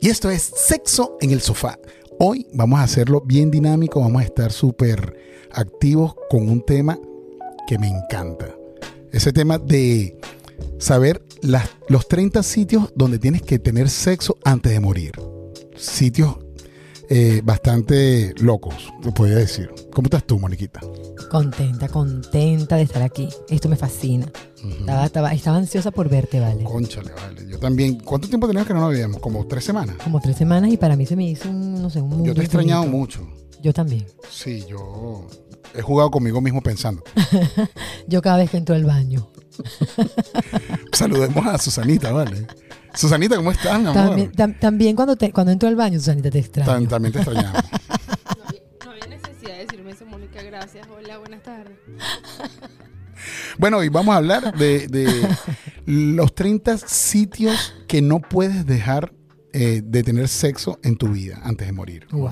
Y esto es Sexo en el Sofá. Hoy vamos a hacerlo bien dinámico, vamos a estar súper activos con un tema que me encanta. Ese tema de saber las- los 30 sitios donde tienes que tener sexo antes de morir. Sitios eh, bastante locos, te podría decir. ¿Cómo estás tú, Moniquita? Contenta, contenta de estar aquí. Esto me fascina. Estaba, estaba- estaba ansiosa por verte, ¿vale? Conchale, vale. Yo también. ¿Cuánto tiempo teníamos que no nos veíamos? Como tres semanas. Como tres semanas y para mí se me hizo un, no sé, un mundo Yo te he extrañado infinito. mucho. Yo también. Sí, yo he jugado conmigo mismo pensando. Yo cada vez que entro al baño. Saludemos a Susanita, ¿vale? Susanita, ¿cómo estás, mi amor? También, tam- también cuando, te, cuando entro al baño, Susanita, te extraño. Ah, Tan- también te extrañamos. No había, no había necesidad de decirme eso, Mónica. Gracias. Hola, buenas tardes. Bueno, y vamos a hablar de, de los 30 sitios que no puedes dejar eh, de tener sexo en tu vida antes de morir. Wow.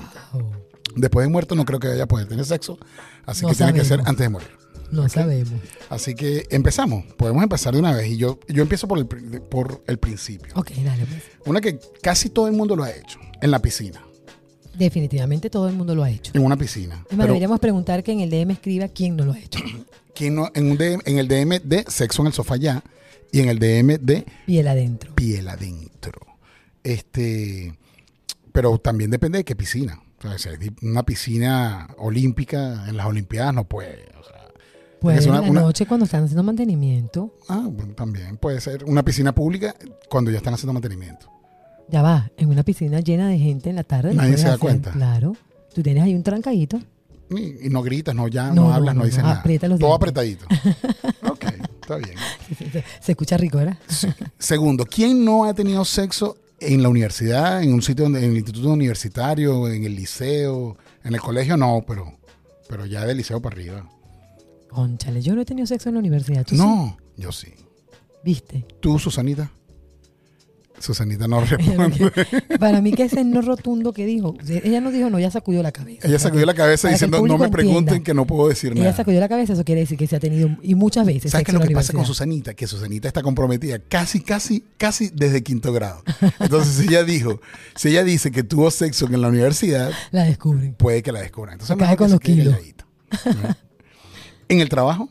Después de muerto no creo que vaya a poder tener sexo, así No que tiene que ser sabemos. antes de morir. No sabemos. Así que empezamos, podemos empezar de una vez y yo, yo empiezo por el, pri- por el principio. Ok, dale. pues. Una que casi todo el mundo lo ha hecho, en la piscina, Definitivamente todo el mundo lo ha hecho. en una piscina. Es más, Pero deberíamos preguntar que en el DM escriba quién no lo ha hecho. ¿quién no- en, un DM en el DM de Sexo en el Sofá ya y en el DM de Piel adentro. piel adentro. Este, pero también depende de qué piscina. O sea, si hay una piscina olímpica en las Olimpiadas no puede. o sea. Pues en una- la una- noche cuando están haciendo mantenimiento, ah, bueno, también puede ser una piscina pública cuando ya están haciendo mantenimiento. Ya va, en una piscina llena de gente en la tarde. no Nadie puedes se da hacer- cuenta. Claro. Tú tienes ahí un trancadito. Y, y no gritas, no ya, No, no, no, hablas, no, no, no, dices nada. aprieta los Todo apretadito. dientes. ok, está bien. Se escucha rico, ¿verdad? Segundo, ¿quién no ha tenido sexo en la universidad, en un sitio, donde, en el instituto universitario, en el liceo, en el colegio? No, pero, pero ya del liceo para arriba. Conchale, yo no he tenido sexo en la universidad. ¿tú No, yo sí. sí? ¿Viste? ¿Tú, Susanita? Susanita no Mira lo responde. que- Para mí que ese no rotundo que dijo. Ella no dijo no, ella sacudió la cabeza. Ella sacudió la cabeza Para que diciendo, el no público me pregunten entienda". que no puedo decir Ella nada. sacudió la cabeza, eso quiere decir que se ha tenido y muchas veces. ¿Sabes qué sexo es lo en que la pasa con universidad. Susanita? Que Susanita está comprometida casi, casi, casi desde quinto grado. Entonces, si ella dijo, si ella dice que tuvo sexo en la universidad, La descubren. puede que la descubran. Entonces, Se cae mejor que con se los quede kilos. calladita, ¿no? ¿En el trabajo?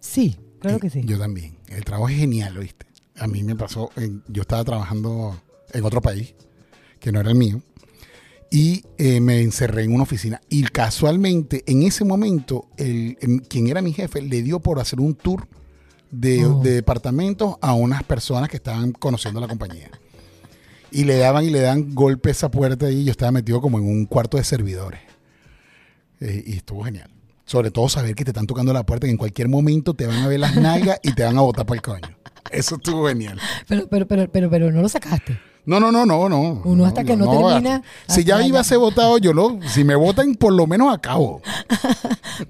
Sí, claro que sí. Eh, Yo también. El trabajo es genial, ¿oíste? A mí me pasó, en- yo estaba trabajando en otro país, que no era el mío, y eh, me encerré en una oficina. Y casualmente, en ese momento, el, em, quien era mi jefe le dio por hacer un tour de, Oh. de departamentos a unas personas que estaban conociendo la compañía. Y le daban y le dan golpe a esa puerta y yo estaba metido como en un cuarto de servidores. Eh, y estuvo genial. Sobre todo saber que te están tocando la puerta y en cualquier momento te van a ver las nalgas y te van a botar para el coño. Eso estuvo genial. Pero, pero, pero, pero, pero no lo sacaste. No, no, no, no, no. Uno hasta que no termina, Si ya hasta iba a ya. ser votado, yo lo. Si me votan, por lo menos acabo.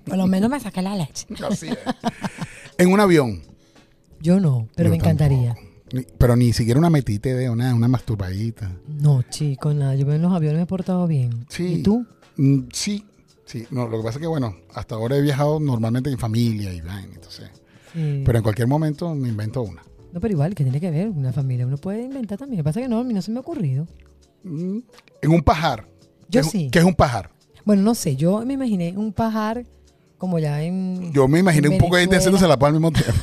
Por lo menos me saqué la leche. Así es. En un avión. Yo no, pero Yo me encantaría. tampoco. Ni- Pero ni siquiera una metite de nada, una masturbadita. No, chico, nada. Yo en los aviones me he portado bien. Sí. ¿Y tú? Mm, sí, sí. No, lo que pasa es que, bueno, hasta ahora he viajado normalmente en familia y vaina, entonces. Sí. Pero en cualquier momento me invento una. Eh, No, pero igual, que tiene que ver? Una familia, uno puede inventar también. Lo que pasa es que no, a mí no se me ha ocurrido. Mm, En un pajar. Yo ¿Qué es- sí. ¿Qué es un pajar? Bueno, no sé, yo me imaginé un pajar como ya en. Yo me imaginé en un poco de gente haciéndose Venezuela. la paz al mismo tiempo.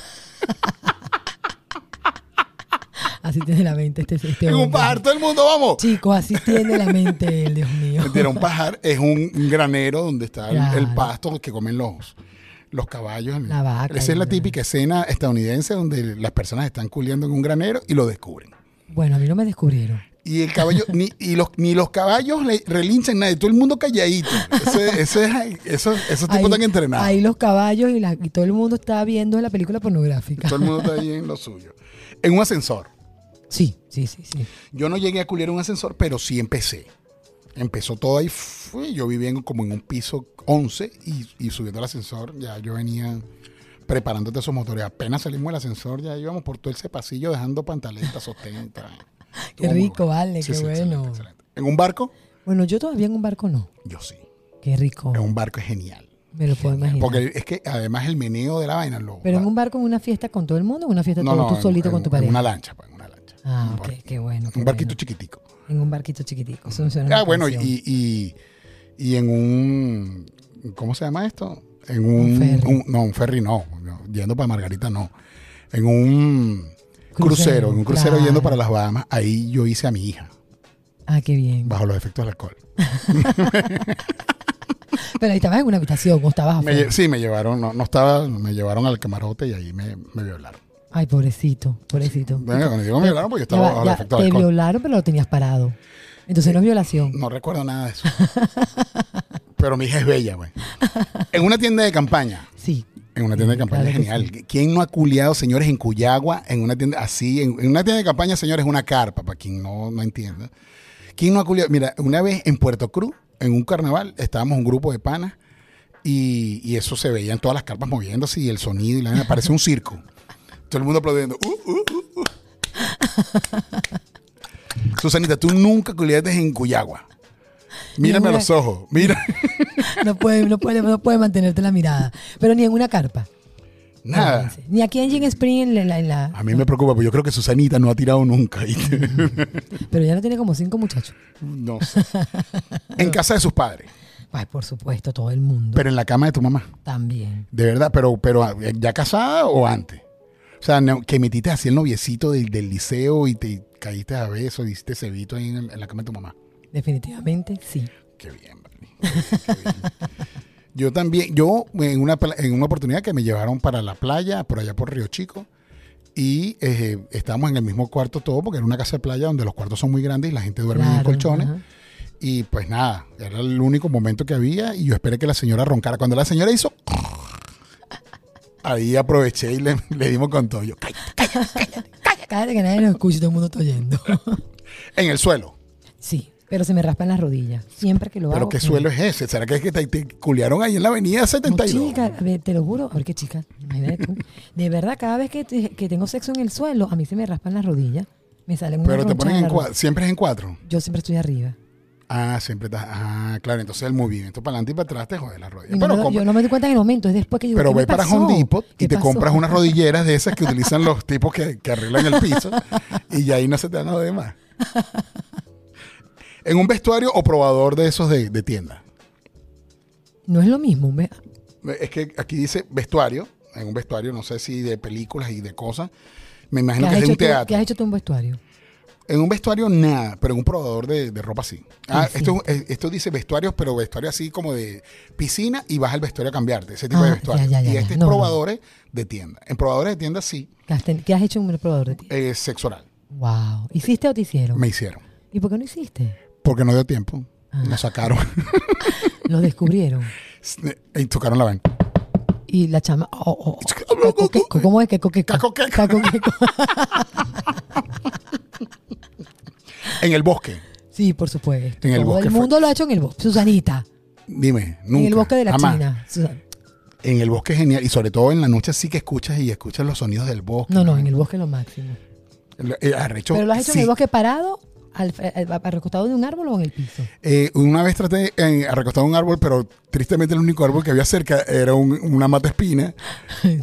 Así tiene la mente este. este en un hombre. pajar, todo el mundo, vamos. Chicos, así tiene la mente él, Dios mío. Mentira, un pajar es un un granero donde está el- el, Claro. pasto que comen los, los caballos. La vaca Esa es y la la- típica escena estadounidense donde las personas están culiando en un granero y lo descubren. Bueno, a mí no me descubrieron. Y el caballo, ni, y los, ni los caballos le relinchan nadie, todo el mundo calladito. Ese, ese es- eso- esos tipos Ahí- están entrenados. Ahí los caballos y, la- y todo el mundo está viendo la película pornográfica. Todo el mundo está ahí en lo suyo. En un ascensor. Sí, sí, sí, sí. Yo no llegué a culiar en un ascensor, pero sí empecé. Empezó todo ahí. fui, Yo vivía en- como en un piso 11 y, y subiendo al ascensor, ya yo venía preparándote esos motores. Apenas salimos del ascensor, ya íbamos por todo ese pasillo dejando pantaletas, sostén. tal. Qué Estuvo muy rico, vale, qué excelente, bueno. excelente. ¿En un barco? Bueno, yo todavía en un barco no. Yo sí. Qué rico. En un barco es genial. Me lo puedo imaginar. Porque es que además el meneo de la vaina lo. Pero en un barco, en una fiesta con todo el mundo, en una fiesta No, todo no, tú en- solito en- con tu pareja. En una lancha, pues, en una lancha. lancha. Ah, un ok, barquito. qué bueno. qué Un barquito bueno. chiquitico. En un barquito chiquitico. Eso me suena Ah, una bueno, y, canción. y, y en un. ¿Cómo se llama esto? En un. Un ferry. un- no, un ferry no. no, Yendo para Margarita no. En un crucero, en un crucero claro. yendo para las Bahamas. Ahí yo hice a mi hija, Ah, qué bien. bajo los efectos del alcohol. Pero ahí estabas en una habitación o estabas Me afuera. lle- sí, me llevaron, no, no estaba, me llevaron al camarote y ahí me, me violaron. Ay, pobrecito, pobrecito. Bueno, cuando digo me violaron porque yo estaba Ya va, bajo ya, los efectos del te alcohol. violaron, pero lo tenías parado. Entonces no es violación. No recuerdo nada de eso. Pero mi hija es bella, güey. En una tienda de campaña. Sí. En una tienda de campaña Claro que genial. ¿Quién no ha culeado, señores, en Cuyagua? En una tienda así, en, en una tienda de campaña, señores, una carpa, para quien no, no entienda. ¿Quién no ha culeado? Mira, una vez en Puerto Cruz, en un carnaval, estábamos un grupo de panas y, y eso se veía en todas las carpas moviéndose y el sonido y la vaina. Parece un circo. Todo el mundo aplaudiendo. Uh, uh, uh, uh. Susanita, tú nunca culiaste en Cuyagua. Mírame a Ninguna. los ojos. Mira. No puede, no puede, no puede mantenerte la mirada. Pero ni en una carpa. Nada. Imagínense. Ni aquí en Jing Spring, en la, en la- A mí me preocupa, porque yo creo que Susanita no ha tirado nunca. y- pero ya no tiene como cinco muchachos. no sé. En casa de sus padres, Ay, por supuesto, todo el mundo. pero en la cama de tu mamá. También. De verdad, pero, pero ah, ya casada o antes. O sea, no- que metiste así el noviecito del, del liceo y te caíste a besos, hiciste cebito ahí en, el- en la cama de tu mamá. Definitivamente, sí. Qué bien, Barney. Qué bien. Yo también, yo en una, pla- en una oportunidad que me llevaron para la playa, por allá por Río Chico, y eh, estábamos en el mismo cuarto todo, porque era una casa de playa donde los cuartos son muy grandes y la gente duerme en Claro, colchones. ajá. Y pues nada, era el único momento que había y yo esperé que la señora roncara. Cuando la señora hizo... Ahí aproveché y le, le dimos con todo. Yo, "Cállate". Cállate que nadie nos escucha, todo el mundo está oyendo. en el suelo. sí, pero se me raspan las rodillas. Siempre que lo ¿Pero hago. qué me- suelo es ese? ¿Será que es que te, te culiaron ahí en la avenida No, 72? chica, a ver, te lo juro, a ver qué chica, imagínate tú. De verdad, cada vez que, te- que tengo sexo en el suelo, a mí se me raspan las rodillas. Me salen una Pero te ponen en cuatro. Siempre es en cuatro. Yo siempre estoy arriba. Ah, siempre estás. Ah, claro. Entonces el movimiento para adelante y para atrás te jode la rodilla. Y no Pero, me doy- compra- yo no me doy cuenta en el momento, es después que yo digo, pero ¿qué ve me para pasó? Home Depot y ¿Qué te pasó? compras unas rodilleras de esas que utilizan los tipos que, que arreglan el piso y ya ahí no se te dan los demás. En un vestuario o probador de esos de, de tienda. No es lo mismo. ve- Es que aquí dice vestuario. En un vestuario, no sé si de películas y de cosas. Me imagino que es has de hecho un tú- teatro. ¿Qué has hecho tú en vestuario? En un vestuario nada, pero en un probador de, de ropa sí. Ah, Ah, sí. Esto, eh, esto dice vestuarios, pero vestuario así como de piscina y vas al vestuario a cambiarte, ese tipo Ah, de vestuario. ya, ya, ya, y ya. este es No, no. probadores de tienda. En probadores de tienda sí, ¿Qué has, ten- qué has hecho en un probador de ti? eh, sexo oral. wow. ¿Hiciste o te hicieron? Me hicieron. ¿Y por qué no hiciste? Porque no dio tiempo. Ah. Nos sacaron. Lo descubrieron. y tocaron la vaina. Y la chama. oh, oh, oh, caco, queco, ¿Cómo es que coque? Caco, queco. En el bosque. Sí, por supuesto. En el Todo bosque el fue- mundo lo ha hecho en el bosque. Susanita. Dime, nunca. en el bosque de la jamás. China. Susan- En el bosque es genial. Y sobre todo en la noche sí que escuchas y escuchas los sonidos del bosque. No, no, en el bosque lo máximo. El- el arrecho, Pero lo has hecho sí. en el bosque parado, al, fre- al- al recostado de un árbol o en el piso. Eh, una vez traté eh, recostado un árbol, pero tristemente el único árbol que había cerca era un- una mata espina,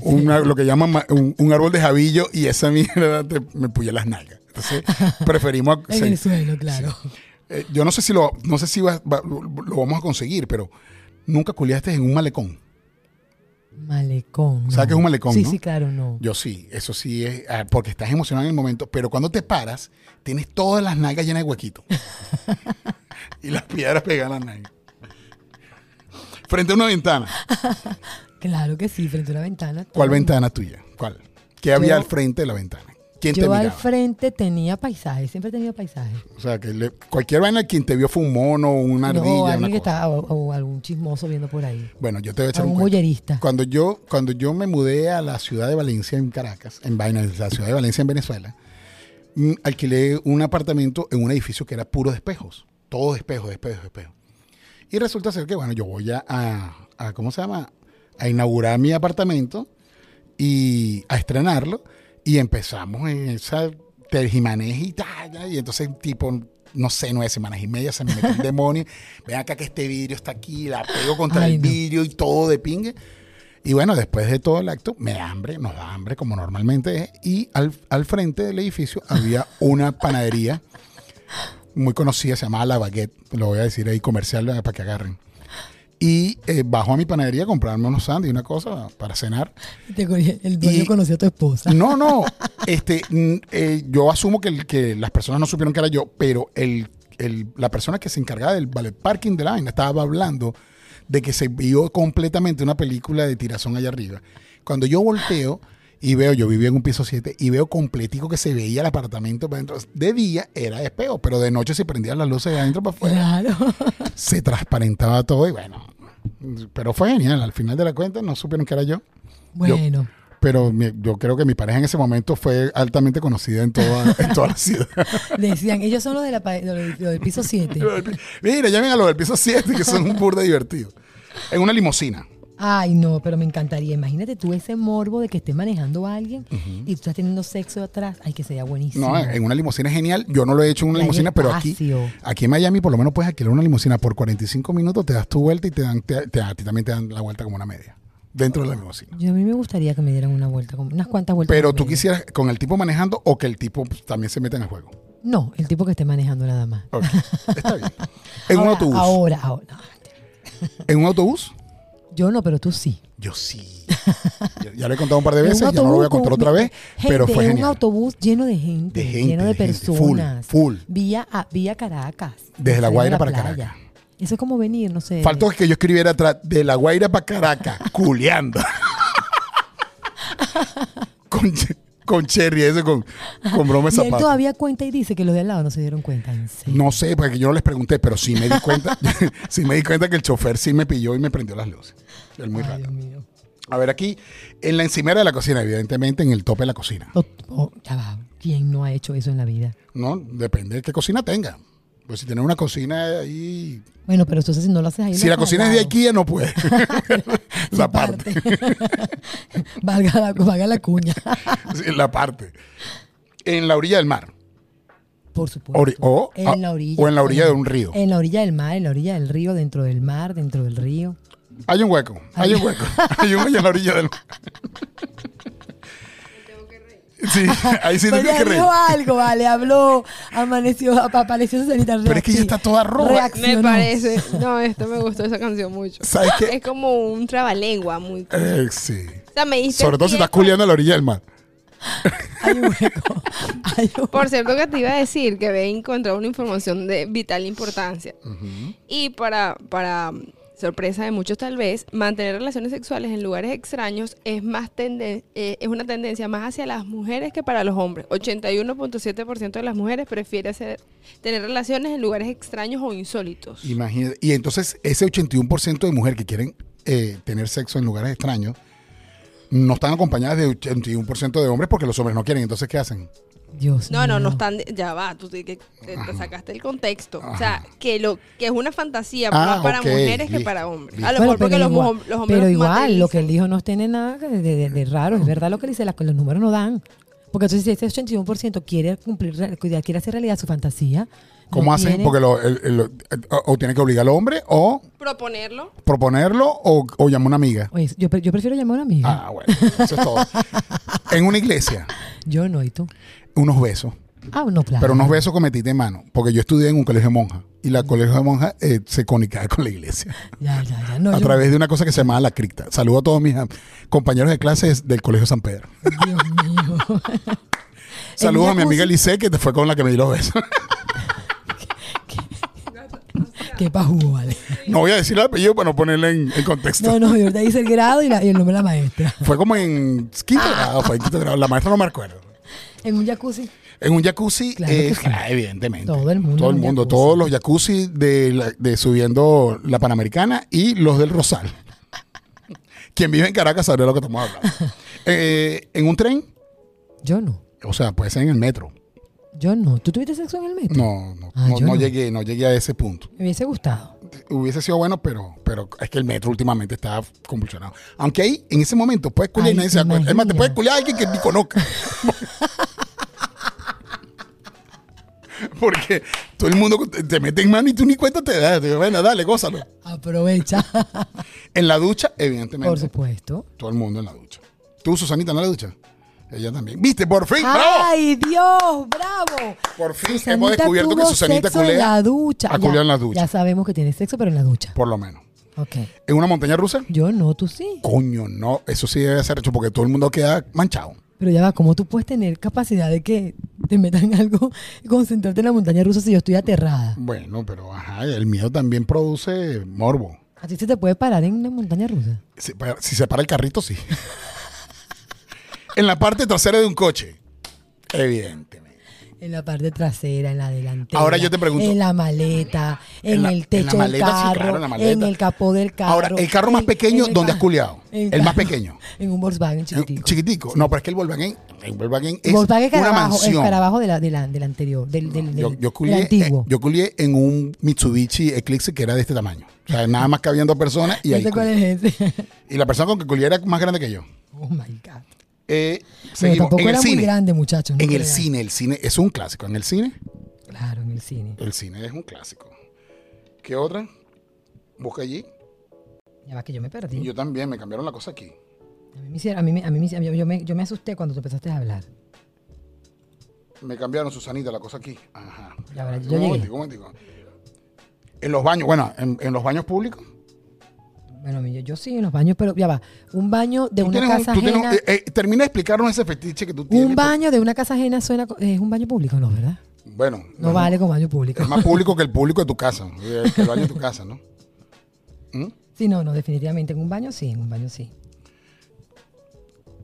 una- lo que llaman ma- un, un árbol de jabillo, y esa mierda te- me puye las nalgas. Entonces preferimos. En sí. el suelo, claro. Eh, yo no sé si lo, no sé si va- va- lo vamos a conseguir, pero nunca culiaste en un malecón. Malecón. ¿Sabes qué es un malecón, Sí, no? sí, claro, no. Yo sí, eso sí es ah, porque estás emocionado en el momento, pero cuando te paras, tienes todas las nalgas llenas de huequitos. y las piedras pegadas a las nalgas. Frente a una ventana. Claro que sí, frente a una ventana. ¿Cuál ventana tuya? ¿Cuál? ¿Qué había al frente de la ventana? ¿Quién te Yo al miraba? frente tenía paisaje, siempre he tenido paisaje. O sea, que le- cualquier vaina, quien te vio fue un mono, una No, ardilla, una alguien que cosa. estaba, o, o algún chismoso viendo por ahí. Bueno, yo te voy a echar un Algún cuento. bollerista. Cuando yo, cuando yo me mudé a la ciudad de Valencia en Caracas, en vaina, la ciudad de Valencia en Venezuela, mm, alquilé un apartamento en un edificio que era puro de espejos. Todo de espejos, de espejos, de espejos. Y resulta ser que, bueno, yo voy a, a- a- ¿cómo se llama? A inaugurar mi apartamento y a estrenarlo. Y empezamos en esa tergimaneja y tal. ya, Y entonces, tipo, no sé, nueve semanas y media se me metió el demonio. Ven acá que este vidrio está aquí, la pego contra Ay, el no. vidrio y todo de pingue. Y bueno, después de todo el acto, me da hambre, nos da hambre como normalmente es. Y al, al frente del edificio había una panadería muy conocida, se llamaba La Baguette. Lo voy a decir ahí comercial eh, para que agarren. Y eh, bajo a mi panadería a comprarme unos sándwiches, una cosa para cenar. Te conocí- El dueño Y- conoció a tu esposa. No, no. Este, mm, eh, yo asumo que, el- que las personas no supieron que era yo, pero el, el- la persona que se encargaba del valet parking de la vaina estaba hablando de que se vio completamente una película de tirazón allá arriba. Cuando yo volteo y veo, yo vivía en un piso 7 y veo completico que se veía el apartamento para adentro. De día era espejo, pero de noche se prendían las luces de adentro para afuera Claro. se transparentaba todo y bueno. Pero fue genial. Al final de la cuenta no supieron que era yo. Bueno. Pero mi- yo creo que mi pareja en ese momento fue altamente conocida en toda, en toda la ciudad. Decían, ellos son los, de la, pa- los del- los del piso 7. Mira, llamen a los del piso 7 que son un burda divertido. En una limusina. Ay, no, pero me encantaría. Imagínate tú ese morbo de que estés manejando a alguien y tú estás teniendo sexo atrás. Ay, que sería buenísimo. No, en una limusina es genial. Yo no lo he hecho en una Y hay limusina, pero aquí, espacio. aquí en Miami por lo menos puedes alquilar una limusina por 45 minutos, te das tu vuelta y te dan, te- te- a ti también te dan la vuelta como una media. Dentro de la limusina. Yo a mí me gustaría que me dieran una vuelta, como unas cuantas vueltas. Pero por tú medio. quisieras con el tipo manejando o que el tipo pues, también se meta en el juego. No, el tipo que esté manejando nada más. Ok, Está bien. En un Ahora, autobús. Ahora, ahora. En un autobús. Yo no, pero tú sí. Yo sí. Ya, ya lo he contado un par de En un veces, ya no lo voy a autobús con- contar otra vez, Gente, pero fue en genial. un autobús lleno de gente, De gente, lleno de de gente, full, personas. full. Vía, a- vía Caracas. Desde La saliendo Guaira a para playa. Caracas. Eso es como venir, no sé. Faltó que yo escribiera atrás de La Guaira para Caracas, culeando. con, che- con Cherry, eso, con, con broma de Y él zapato. todavía cuenta y dice que los de al lado no se dieron cuenta. En serio. No sé, porque yo no les pregunté, pero sí me di cuenta, sí me di cuenta que el chofer sí me pilló y me prendió las luces. Es muy Ay, raro. Dios mío. A ver, aquí, en la encimera de la cocina, evidentemente, en el tope de la cocina. O- o- ya va, ¿Quién no ha hecho eso en la vida? No, depende de qué cocina tenga. Pues si tienes una cocina ahí. Bueno, pero entonces si no lo haces ahí. Si lo la haces cocina al es de lado. IKEA, no puede. la parte. valga, la, valga la cuña. Sí, la parte. En la orilla del mar. Por supuesto. Ori- o, en ah, la orilla. o en la orilla de un río. En la orilla del mar, en la orilla del río, dentro del mar, dentro del río. Hay un hueco. Hay un hueco. Hay un hoyo en la orilla del mar. Sí, ahí sí te tienes Pero que ya reír. dijo algo, vale, habló, amaneció, apa- apareció Susanita Pero es que ya Reacti- está toda roja. reaccionó. Me parece. No, esto me gustó esa canción mucho. ¿Sabes qué? Es como un trabalengua muy. O Eh, sí. sea, me hice Sobre todo si pie estás culiando a la orilla del mar. Hay un hueco. Hay un- Por cierto, que te iba a decir que había encontrado una información de vital importancia. Y para, para mm, sorpresa de muchos tal vez, mantener relaciones sexuales en lugares extraños es, más tenden- eh, es una tendencia más hacia las mujeres que para los hombres. 81.7% de las mujeres prefiere hacer, tener relaciones en lugares extraños o insólitos. Imagínate. Y entonces ese 81% de mujeres que quieren eh, tener sexo en lugares extraños no están acompañadas de 81% de hombres porque los hombres no quieren. Entonces, ¿qué hacen? Dios No, no, mío. no están. de- ya va, tú te, que- te- te sacaste el contexto. O sea, que lo que es una fantasía Ah, más para ok, mujeres que listo, para hombres. listo. A lo Bueno, mejor porque los, igual- mojom- los hombres. pero los igual, lo que materializan. él dijo no tiene nada de, de- de raro. Es verdad lo que él dice, la- los números no dan. Porque entonces si este 81% quiere cumplir, re- quiere hacer realidad su fantasía. no ¿Cómo hacen? tiene- Porque lo- el- el- lo- eh, o, o tienen que obligar al hombre o Proponerlo. proponerlo o, o llamar a una amiga. Oye, yo, pre- yo prefiero llamar a una amiga. Ah, bueno, eso es todo. en una iglesia, Yo no, ¿y tú? unos besos. Ah, no, claro. Ah. Pero unos besos con metite en mano. Porque yo estudié en un colegio de monjas. Y la colegio de monjas eh, se comunicaba con la iglesia. Ya, ya, ya. No, a yo- través de una cosa que se llamaba la cripta. Saludo a todos mis am- compañeros de clases del Colegio San Pedro. Dios mío. Saludos En a mi amiga Lice, que te fue con la que me di los besos. Qué pajú, vale. No voy a decir el apellido para no ponerle en, en contexto. No, no, yo te hice el grado y, la- y el nombre de la maestra. Fue como en quinto Ah. grado, fue en quinto grado. La maestra no me acuerdo. En un jacuzzi. En un jacuzzi, Claro eh, que sí. ah, evidentemente. Todo el mundo Todo en el un mundo. jacuzzi. Todos los jacuzzi de, la- de subiendo la Panamericana y los del Rosal. Quien vive en Caracas sabe de lo que estamos hablando. Eh, en un tren, Yo no. o sea, puede ser en el metro. Yo no. ¿Tú tuviste sexo en el metro? No, no, Ah, no, yo no no. llegué, no llegué a ese punto. Me hubiese gustado. Hubiese sido bueno, pero, pero es que el metro últimamente está convulsionado. Aunque ahí, en ese momento, puedes culiar Ay, y nadie te se da cuenta. Es más, te imaginas. puedes culiar a alguien que ni conozca. Porque todo el mundo te te mete en mano y tú ni cuenta te das. Te- Bueno, dale, gózalo. Aprovecha. En la ducha, evidentemente. Por supuesto. Todo el mundo en la ducha. Tú, Susanita, no en la ducha. Ella también. ¿Viste? Por fin, bravo. ¡Ay, Dios! bravo! Por fin hemos Susanita descubierto que tuvo Susanita sexo en culea. la ducha. ha culeado en la ducha. Ya sabemos que tiene sexo, pero en la ducha. Por lo menos. Ok. ¿En una montaña rusa? Yo no, tú sí. Coño, no. Eso sí debe ser hecho porque todo el mundo queda manchado. Pero ya va, ¿cómo tú puedes tener capacidad de que te metan algo y concentrarte en la montaña rusa si yo estoy aterrada? Bueno, pero ajá, el miedo también produce morbo. ¿A ti se te puede parar en una montaña rusa? Si, pa- si se para el carrito, sí. en la parte trasera de un coche. Evidentemente. En la parte trasera, en la delantera. Ahora yo te pregunto- En la maleta, en, En la- en el la techo maleta, sí, del carro, claro, en en, la maleta. el capó del carro. Ahora, el carro más en- pequeño, en el ¿dónde ca- has culeado? en El más carro- pequeño. En un Volkswagen chiquitico. Chiquitico. No, pero es que el Volkswagen, el Volkswagen es Volkswagen es una carabajo, el mansión. carabajo de la, de la- del anterior, del, del, Yo, del- yo, del culié, antiguo. eh, yo culié en un Mitsubishi Eclipse que era de este tamaño. O sea, nada más cabían dos personas y No ahí. sé cuál culié. es ese. Y la persona con que culié era más grande que yo. Oh my God. Eh, Pero seguimos. tampoco en el era muy cine. grande, muchachos. no en el crean. cine, el cine es un clásico. En el cine, Claro, en el cine. el cine es un clásico. ¿Qué otra? Busca allí. Ya va que yo me Y perdí. yo también, me cambiaron la cosa aquí. A mí me hicieron- a mí me- a mí me hicieron- yo, yo me, yo me asusté cuando tú empezaste a hablar. Me cambiaron, Susanita, la cosa aquí. Ajá. Ya verás, yo Un llegué. momentico, un momentico. En los baños, bueno, en, en los baños públicos. Bueno, yo, yo sí en los baños, pero ya va. Un baño de Tú una tienes un- casa tú tienes un- ajena. eh, eh, termina de explicarnos ese fetiche que tú tienes. Un baño de una casa ajena suena. co- Es un baño público, ¿no? ¿Verdad? Bueno. No bueno, vale con baño público. Es más público que el público de tu casa. eh, Que el baño de tu casa, ¿no? Sí, no, no, definitivamente. En un baño sí, en un baño sí.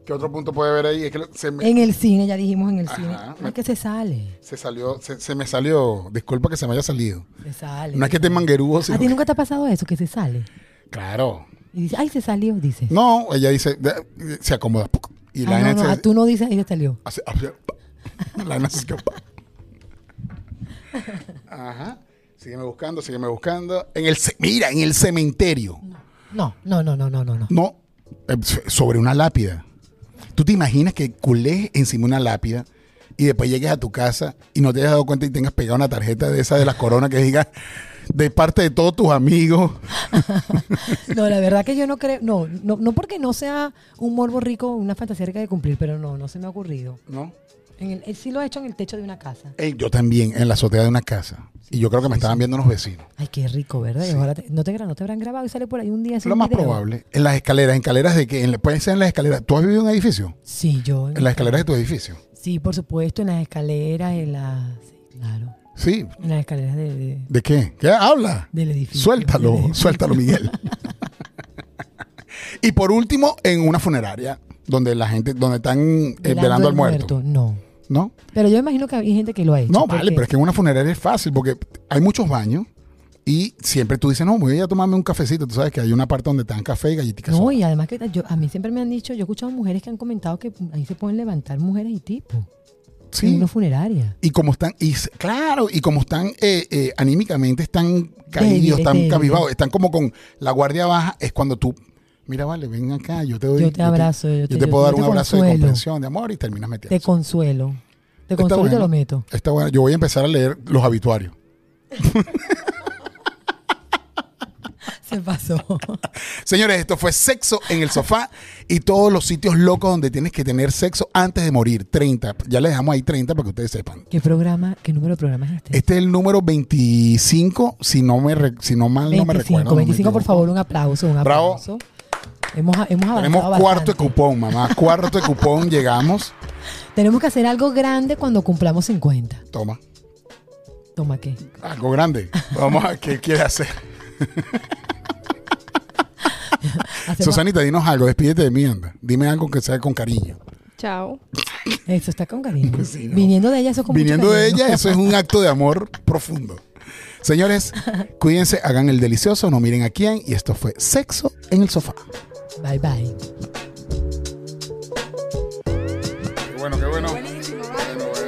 ¿Qué otro punto puede haber ahí? Es que se me, En el cine, ya dijimos en el Ajá, cine. me- Es que se sale. se salió, se, se me salió. Disculpa que se me haya salido. Se sale. No es que te manguerudo, ¿A sino ti que- nunca te ha pasado eso, que se sale? Claro. Y dice, ay, se salió, dice. No, ella dice, de- se acomoda. ¡puc! Y la Ah, vaina no, no, se- ah, tú no dices, ella salió. hace- hace- ¡pap! La vaina se escapa. Ajá. Sígueme buscando, sígueme buscando. En el, ce- mira, en el cementerio. No, no, no, no, no, no. no. No, eh, so- sobre una lápida. ¿Tú te imaginas que culés encima de una lápida y después llegues a tu casa y no te hayas dado cuenta y tengas pegada una tarjeta de esa de las coronas que diga de parte de todos tus amigos? No, la verdad que yo no creo, no, no, no porque no sea un morbo rico, una fantasía rica de cumplir, pero no, no se me ha ocurrido. ¿No? En el, él sí lo ha hecho en el techo de una casa. Eh, yo también, en la azotea de una casa. Y yo creo que me estaban viendo unos vecinos. Ay, qué rico, ¿verdad? Y ahora te- no, te, gra- no te habrán grabado y sale por ahí un día. ese Lo más video. probable, en las escaleras, ¿en escaleras de que pueden ser en las escaleras. ¿Tú has vivido en un edificio? Sí, yo. En las escaleras de tu edificio. Sí, por supuesto, en las escaleras, en las. sí, claro. Sí. En las escaleras de- de- ¿De qué? ¿Qué habla? del edificio. Del Suéltalo, edificio. suéltalo, Miguel. y por último, en una funeraria, donde la gente, donde están eh, velando, al el muerto. No. ¿No, Pero yo imagino que hay gente que lo ha hecho. no vale, porque- pero es que en una funeraria es fácil, porque hay muchos baños y siempre tú dices, no, voy a ir a tomarme un cafecito. Tú sabes que hay una parte donde te dan café y galletitas. No, sodas. y además que yo, a mí siempre me han dicho, yo he escuchado mujeres que han comentado que ahí se pueden levantar mujeres y tipos. sí. En una funeraria. Y como están, y s- claro, y como están eh, eh, anímicamente, están caídos, Débiles, están débiles. cabibados, están como con la guardia baja, es cuando tú, mira, vale, ven acá, yo te doy. Yo te abrazo, yo te- yo- puedo yo dar te un abrazo de consuelo. comprensión, de amor, y terminas metido. Te consuelo. Te Está consuelo y te bueno. lo meto. Está bueno, yo voy a empezar a leer los habituarios. Se pasó. Señores, esto fue Sexo en el Sofá y todos los sitios locos donde tienes que tener sexo antes de morir. 30. Ya les dejamos ahí 30 para que ustedes sepan. ¿Qué programa, qué número de programas es este? Este es el número 25, si no me re- si no mal no me 25, recuerdo. no me 25, por equivoco. favor, un aplauso, un Bravo. aplauso. Hemos, hemos avanzado Tenemos cuarto Ah, bastante. de cupón, mamá. Cuarto de cupón, llegamos. Tenemos que hacer algo grande cuando cumplamos 50. Toma, Toma qué. algo grande. Vamos a qué quiere hacer. Hacemos- Susanita, dinos algo, despídete de mí, anda. Dime algo que sea con cariño. Chao. Eso está con cariño. Pues Sí, ¿no? Viniendo de ella, eso es con mucho Viniendo de cariño. ella, eso es un acto de amor profundo. Señores, cuídense, hagan el delicioso, no miren a quién. Y esto fue Sexo en el Sofá. Bye bye. Qué bueno, qué bueno.